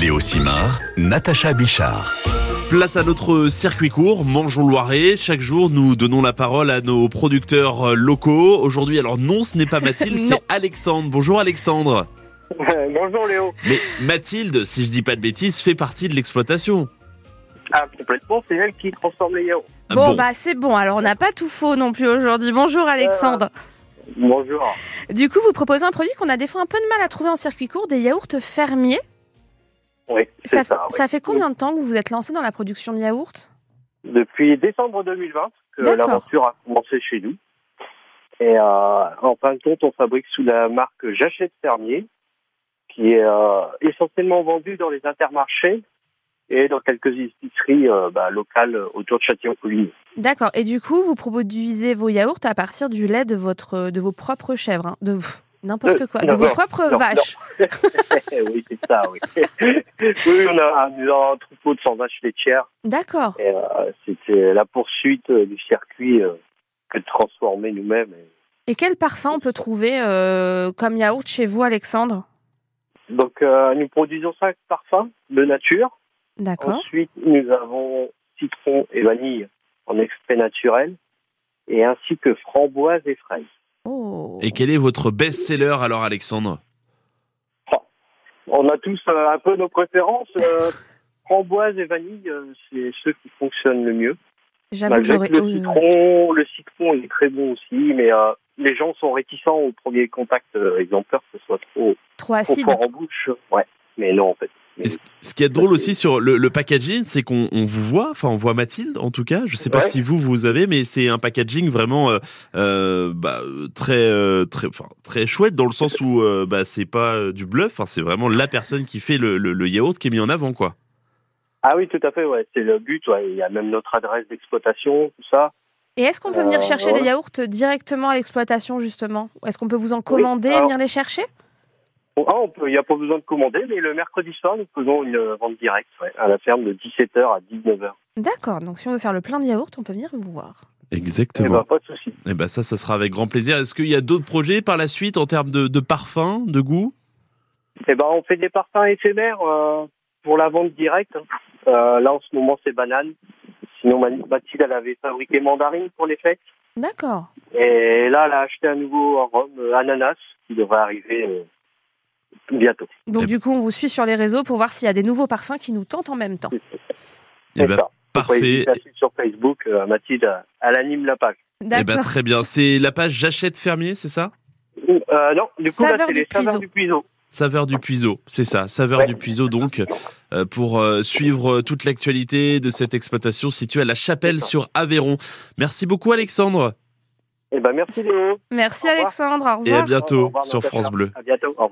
Léo Simard, Natacha Bichard. Place à notre circuit court, Mangeons Loiret. Chaque jour, nous donnons la parole à nos producteurs euh, locaux. Aujourd'hui, alors non, ce n'est pas Mathilde, c'est Alexandre. Bonjour Alexandre. Bonjour Léo. Mais Mathilde, si je dis pas de bêtises, fait partie de l'exploitation. Ah, complètement, c'est elle qui transforme les yaourts. Ah, Bon, bah c'est bon, alors on n'a pas tout faux non plus aujourd'hui. Bonjour Alexandre. Bonjour. Du coup, vous proposez un produit qu'on a des fois un peu de mal à trouver en circuit court, des yaourts fermiers. Oui, c'est Ça, ça. oui. ça fait combien de temps que vous vous êtes lancé dans la production de yaourts Depuis décembre 2020 que D'accord. l'aventure a commencé chez nous. Et euh, en fin de compte, on fabrique sous la marque J'achète Fermier, qui est euh, essentiellement vendue dans les intermarchés et dans quelques épiceries euh, bah, locales autour de Châtillon-Coligny. D'accord. Et du coup, vous produisez vos yaourts à partir du lait de votre, de vos propres chèvres, hein, de pff, n'importe Euh, quoi, de non, vos non, propres non, non. vaches. oui, c'est ça, oui. oui, on a euh, un, un troupeau de 100 vaches laitières. D'accord. Et, euh, c'était la poursuite euh, du circuit euh, que de transformer nous-mêmes. Et Et quel parfum on peut trouver euh, comme yaourt chez vous, Alexandre Donc, euh, nous produisons cinq parfums de nature. D'accord. Ensuite, nous avons citron et vanille en extrait naturel, et ainsi que framboise et fraise. Oh. Et quel est votre best-seller alors, Alexandre On a tous euh, un peu nos préférences. euh, framboise et vanille, euh, c'est ceux qui fonctionnent le mieux. J'avoue que Malgré j'aurais. Bah, que le Ah, oui, oui, oui. citron, le citron, il est très bon aussi, mais euh, les gens sont réticents au premier contact. euh, ils ont peur que ce soit trop Trop trop acide. fort en bouche. Ouais, mais non, en fait. Mais- Est-ce- Ce qui est drôle aussi sur le, le packaging, c'est qu'on on vous voit, enfin on voit Mathilde en tout cas. Je sais pas Ouais. si vous vous avez, mais c'est un packaging vraiment euh, euh, bah, euh, très euh, très enfin, très chouette dans le sens où euh, bah, c'est pas euh, du bluff, enfin, c'est vraiment la personne qui fait le, le- le yaourt qui est mis en avant quoi. Ah oui, tout à fait, ouais, c'est le but. ouais. Il y a même notre adresse d'exploitation, tout ça. Et est-ce qu'on peut venir Euh, chercher des ouais. yaourts directement à l'exploitation, justement Ou Est-ce qu'on peut vous en commander et alors- venir les chercher Bon, ah, on peut, il n'y a pas besoin de commander, mais le mercredi soir, nous faisons une euh, vente directe ouais, à la ferme de 17h à 19h. D'accord, donc si on veut faire le plein de yaourts, on peut venir vous voir. Eh Exactement. ben, pas de souci. Et bah ça, ça sera avec grand plaisir. Est-ce qu'il y a d'autres projets par la suite en termes de, de parfum, de goût Eh ben, on fait des parfums éphémères euh, pour la vente directe. hein. Euh, là, en ce moment, c'est banane. Sinon, Ma- Mathilde, elle avait fabriqué mandarine pour les fêtes. D'accord. Et là, elle a acheté un nouveau rhum, euh, ananas, qui devrait arriver euh, bientôt. Donc Eh du coup, on vous suit sur les réseaux pour voir s'il y a des nouveaux parfums qui nous tentent en même temps. Eh C'est ben, ça. Faut pas Parfait. hésiter à suivre sur Facebook, euh, Mathilde, euh, elle anime la page. Eh ben D'accord. très bien. C'est la page J'achète fermier, c'est ça Euh, non, du coup, là, Saveur c'est du les saveurs Puiseau. du puiseau. Saveur du puiseau, c'est ça, saveur Ouais. du puiseau donc, euh, pour euh, suivre euh, toute l'actualité de cette exploitation située à La Chapelle sur Aveyron. Merci beaucoup Alexandre Eh ben, merci Léo. Merci Au revoir. Alexandre, au revoir. et à Au bientôt revoir, sur Natacha. France Bleu. À bientôt. Au revoir.